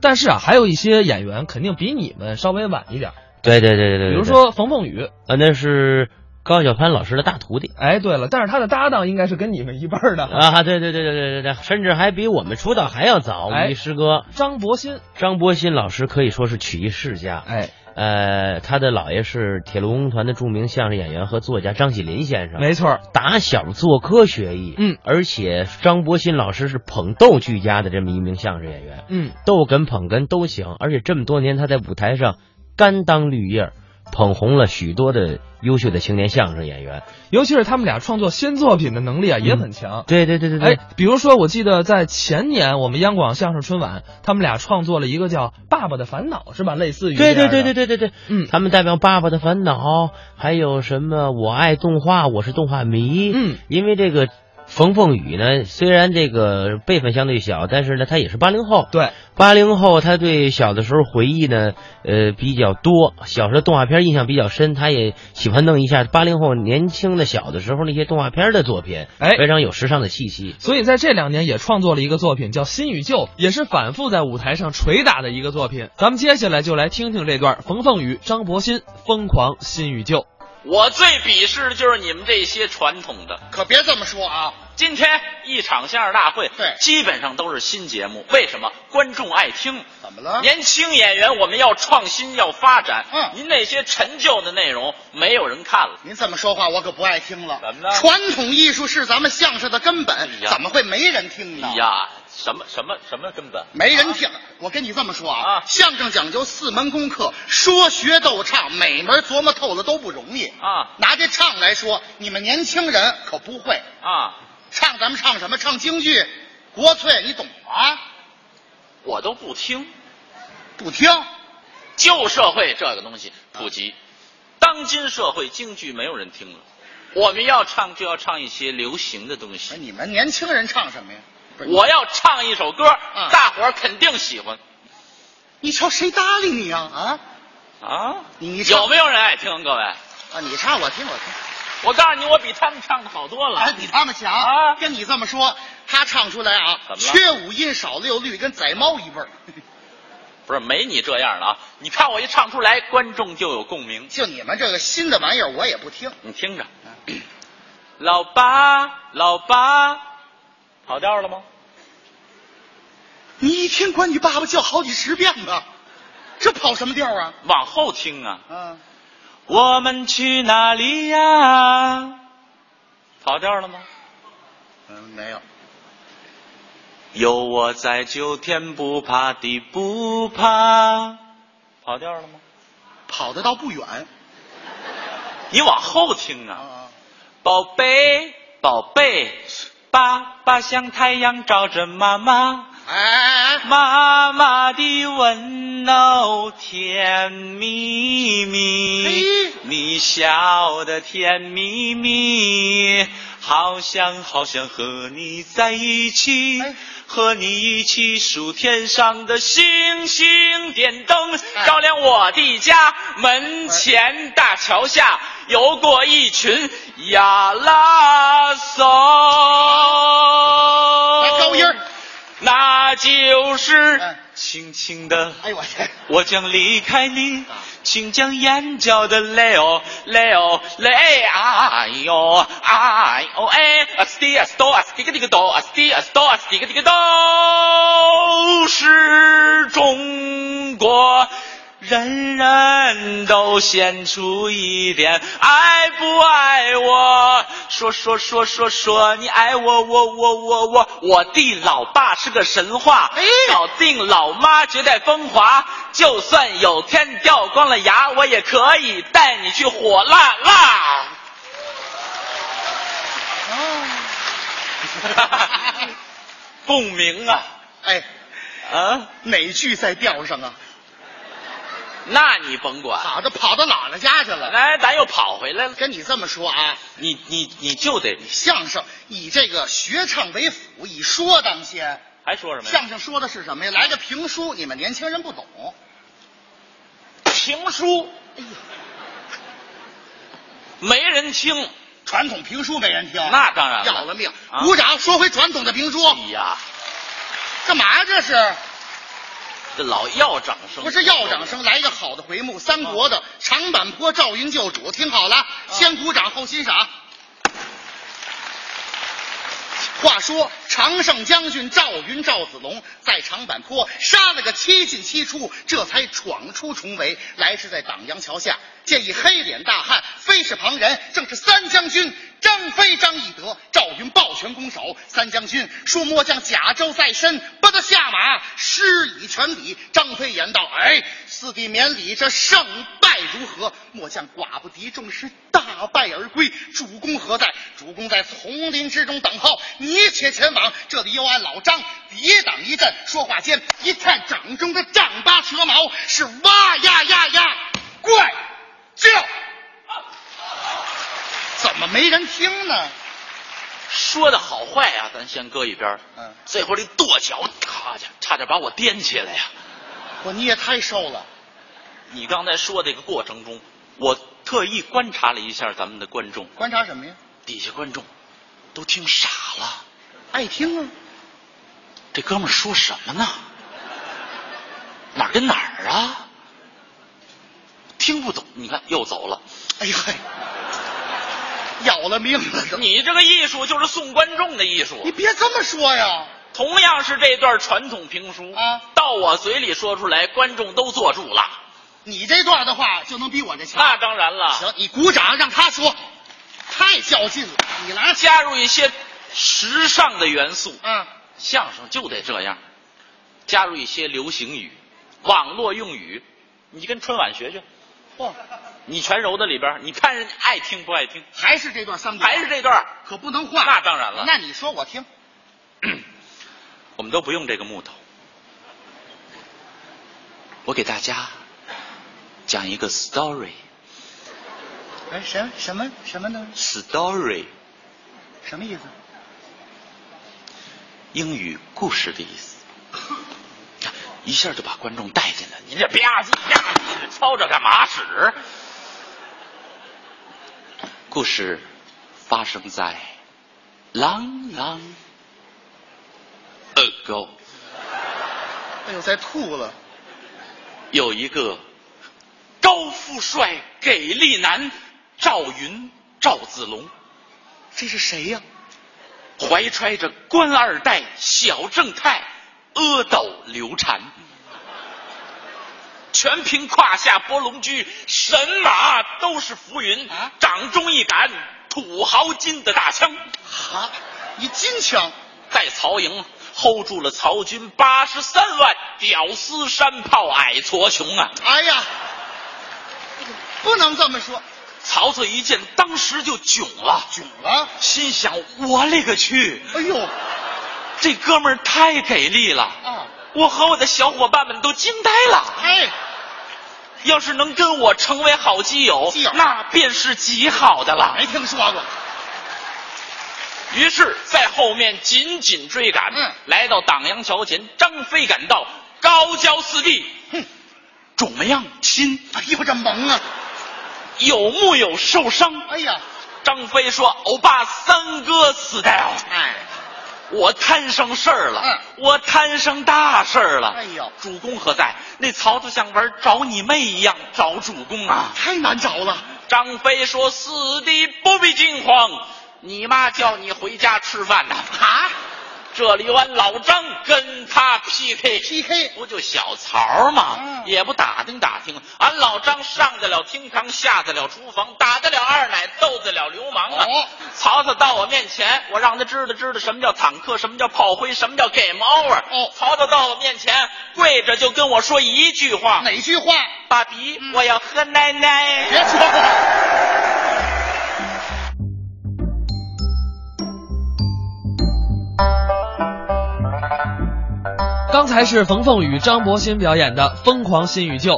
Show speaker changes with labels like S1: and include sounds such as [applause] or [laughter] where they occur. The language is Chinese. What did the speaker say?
S1: 但是啊，还有一些演员肯定比你们稍微晚一点儿，
S2: 对对对对对，
S1: 比
S2: 对
S1: 如
S2: 对
S1: 说冯凤雨。
S2: 啊，那是高晓攀老师的大徒弟
S1: 哎，对了，但是他的搭档应该是跟你们一辈儿的，
S2: 啊，对对对对对对对，甚至还比我们出道还要早。我
S1: 哎
S2: 们一师哥
S1: 张伯鑫。
S2: 张伯鑫老师可以说是曲艺世家，
S1: 哎，
S2: 呃，他的姥爷是铁路文工团的著名相声演员和作家张起林先生。
S1: 没错儿，
S2: 打小做科学艺，
S1: 嗯，
S2: 而且张伯鑫老师是捧逗俱佳的这么一名相声演员，
S1: 嗯，
S2: 逗哏捧哏都行，而且这么多年他在舞台上甘当绿叶儿，捧红了许多的优秀的青年相声演员。
S1: 尤其是他们俩创作新作品的能力啊也很强。
S2: 对嗯对对对对，
S1: 哎，比如说，我记得在前年我们央广相声春晚，他们俩创作了一个叫《爸爸的烦恼》，是吧？类似于
S2: 对对对对
S1: 对，
S2: 对对对，
S1: 嗯
S2: 他们代表《爸爸的烦恼》，还有什么《我爱动画》，我是动画迷。
S1: 嗯，
S2: 因为这个冯凤雨呢，虽然这个辈分相对小，但是呢，他也是八零后。
S1: 对，
S2: 八零后，他对小的时候回忆呢，呃，比较多。小时候动画片印象比较深，他也喜欢弄一下八零后年轻的小的时候那些动画片的作品，
S1: 哎
S2: 非常有时尚的气息。
S1: 所以在这两年也创作了一个作品叫《新与旧》，也是反复在舞台上捶打的一个作品。咱们接下来就来听听这段冯凤雨、张伯鑫《疯狂新与旧》。
S3: 我最鄙视的就是你们这些传统的。
S4: 可别这么说啊！
S3: 今天一场相声大会，
S4: 对
S3: 基本上都是新节目。为什么？观众爱听。
S4: 怎么了？
S3: 年轻演员，我们要创新，要发展。
S4: 啊嗯
S3: 您那些陈旧的内容没有人看了。
S4: 您这么说话，我可不爱听了。
S3: 怎么了
S4: 传统艺术是咱们相声的根本
S3: 哎，呀
S4: 怎么会没人听呢
S3: 哎？呀，什么什么什么根本？
S4: 没人听。我跟你这么说啊
S3: 啊，
S4: 相声讲究四门功课，说学逗唱，每门琢磨透了都不容易
S3: 啊
S4: 拿这唱来说，你们年轻人可不会
S3: 啊，
S4: 唱，咱们唱什么？唱京剧、国粹，你懂啊？
S3: 我都不听。
S4: 不听。
S3: 旧社会这个东
S4: 啊
S3: 西普及，当今社会京剧没有人听了。我们要唱就要唱一些流行的东
S4: 不是
S3: 西。
S4: 你们年轻人唱什么呀？不是
S3: 我要唱一首歌，
S4: 嗯
S3: 大伙儿肯定喜欢。
S4: 你瞧谁搭理你呀？啊
S3: 啊，
S4: 你唱
S3: 有没有人爱听？各位，
S4: 啊！你唱我听我听。
S3: 我告诉你，我比他们唱的好多
S4: [laughs]
S3: 了。
S4: 啊，比他们强
S3: 啊
S4: 跟你这么说，他唱出来啊，
S3: 怎么了
S4: 缺五音少六律，跟宰猫一辈儿。
S3: 不是没你这样了啊！你看我一唱出来，观众就有共鸣。
S4: 就你们这个新的玩意儿，我也不听。
S3: 你听着，
S4: 嗯
S3: 老八，老八，跑调了吗？
S4: 你一听关你爸爸叫好几十遍呢，这跑什么调啊？
S3: 往后听啊！
S4: 嗯，
S3: 我们去哪里呀？跑调了吗？
S4: 嗯，没有。
S3: 有我在，就天不怕地不怕。跑调了吗？
S4: 跑的倒不远
S3: 你往后听啊！
S4: 啊，
S3: 宝贝，宝贝，爸爸像太阳照着妈妈，
S4: 哎哎哎，
S3: 妈妈的温柔甜蜜蜜
S4: 哎，
S3: 你笑得甜蜜蜜，好想好想和你在一起
S4: 哎。
S3: 和你一起数天上的星星，点灯
S4: 哎
S3: 照亮我的家。门前大桥下游过一群呀啦嗦，哦
S4: 来哎高音儿
S3: 那就是
S4: 哎
S3: 轻轻的，
S4: 哎呦我去，
S3: 我将离开你，请将眼角的泪哦泪哦泪哎呦哎呦哎啊斯蒂啊斯多啊斯蒂个蒂个哆啊斯蒂啊斯多啊斯蒂个蒂个哆，是中国。人人都献出一点爱不爱我？说说说说说你爱我，我我我我我的老爸是个神话，
S4: 哎
S3: 搞定老妈绝代风华。就算有天掉光了牙，我也可以带你去火辣辣。共鸣啊，
S4: 哎，
S3: 啊，
S4: 哪句在调上啊？
S3: 那你甭管，
S4: 跑的跑到姥姥家去了。
S3: 来，咱又跑回来了。
S4: 跟你这么说啊，
S3: 你你你就得，
S4: 相声以这个学唱为辅，以说当先。
S3: 还说什么呀？
S4: 相声说的是什么呀？来个评书，你们年轻人不懂。
S3: 评书，没人听。
S4: 传统评书没人听，
S3: 那当然了
S4: 要了命！
S3: 啊 [laughs] 哎
S4: 鼓掌，说回传统的评书，
S3: 哎呀，
S4: 干嘛呀这是？
S3: 这老要掌声，
S4: 不是要掌声，来一个好的回目，三
S3: 啊
S4: 国的长坂坡赵云救主，听好了，先鼓掌后欣赏。话说常胜将军赵云赵子龙在长坂坡杀了个七进七出，这才闯出重围，来是在党阳桥下，见一黑脸大汉，非是旁人，正是三将军张飞张翼德。赵云抱拳拱手，三将军说末将甲胄在身，不得下马，施以拳礼。张飞言道：“哎，四弟免礼，这胜败如何？末将寡不敌众，是大败而归。主公何在？主公在丛林之中等候，你且前往。这里又按老张抵挡一阵。说话间，一看掌中的丈八蛇矛，是哇呀呀呀，怪叫。怎么没人听呢？
S3: 说的好坏啊，咱先搁一边儿。
S4: 嗯
S3: 这会儿这跺脚，咔家差点把我颠起来呀、
S4: 我你也太瘦了，
S3: 你刚才说这个过程中，我特意观察了一下咱们的观众，
S4: 观察什么呀？
S3: 底下观众都听傻了。
S4: 爱听啊。
S3: 这哥们儿说什么呢？哪儿跟哪儿啊？听不懂，你看又走了。
S4: 哎呀，嘿，要了命了都！
S3: 你这个艺术就是送观众的艺
S4: 你
S3: 术，
S4: 别这么说呀！
S3: 同样是这段传统评书
S4: 啊
S3: 到我嘴里说出来，观众都坐住了。
S4: 你这段的话就能比我这强。
S3: 那当然了，
S4: 行，你鼓掌让他说，太较劲了。你拿去
S3: 加入一些时尚的元素，
S4: 啊！
S3: 相声就得这样，加入一些流行语、网络用语，你跟春晚学学。
S4: 嚯、
S3: 你全揉在里边儿，你看人家爱听不爱听，
S4: 还是这段三国，
S3: 还是这段儿，
S4: 可不能换。
S3: 那当然了
S4: 那你说我听，
S3: 我们都不用这个木头。我给大家讲一个 story，story
S4: 哎，什什么什么呢？什么意思？
S3: 英语故事的意思，一下就把观众带进来。您这吧唧吧唧的吵着干嘛使？故事发生在 long long ago，
S4: 哎呦，再吐了！
S3: 有一个高富帅给力男赵云赵子龙，
S4: 这是谁呀、
S3: 怀揣着官二代小正太阿斗刘禅，全凭胯下拨龙驹，神马都是浮云
S4: 啊，
S3: 掌中一杆土豪金的大枪，
S4: 哈，你金枪，
S3: 在曹营 hold 住了曹军八十三万屌丝山炮矮矬雄啊！
S4: 哎呀，不能这么说，
S3: 曹操一见，当时就囧了，
S4: 囧了。
S3: 心想：我勒个去，
S4: 哎呦，
S3: 这哥们儿太给力了！
S4: 啊，
S3: 我和我的小伙伴们都惊呆了。
S4: 哎，
S3: 要是能跟我成为好基友，
S4: 基友哎
S3: 那便是极好的了。
S4: 没听说过。
S3: 于是，在后面紧紧追赶，
S4: 嗯
S3: 来到党阳桥前，张飞赶到，高教四弟，
S4: 哼，
S3: 怎么样？亲，
S4: 哎呦，这萌啊！
S3: 有木有受伤？
S4: 哎呀，
S3: 张飞说：“欧巴，三哥死掉了。”
S4: 哎，
S3: 我摊上事儿了，
S4: 嗯
S3: 我摊上大事儿了。
S4: 哎呦
S3: 主公何在？那曹操像玩找你妹一样找主公啊！
S4: 太难找了。
S3: 张飞说：“四弟不必惊慌，你妈叫你回家吃饭呢。
S4: 啊
S3: 这里有俺老张跟他 PK，
S4: ，PK
S3: 不就小曹吗？
S4: 嗯
S3: 也不打听打听，俺老张上得了厅堂，下得了厨房，打得了二奶，斗得了流氓啊！
S4: 哦
S3: 曹操到我面前，我让他知道知道什么叫坦克，什么叫炮灰，什么叫 game over。
S4: 哦
S3: 曹操到我面前跪着就跟我说一句话
S4: 哪句话？：“
S3: 爸比，
S4: 嗯
S3: 我要喝奶奶。”
S4: 别说了。
S1: 刚才是冯凤雨、张博鑫表演的《疯狂新宇宙》，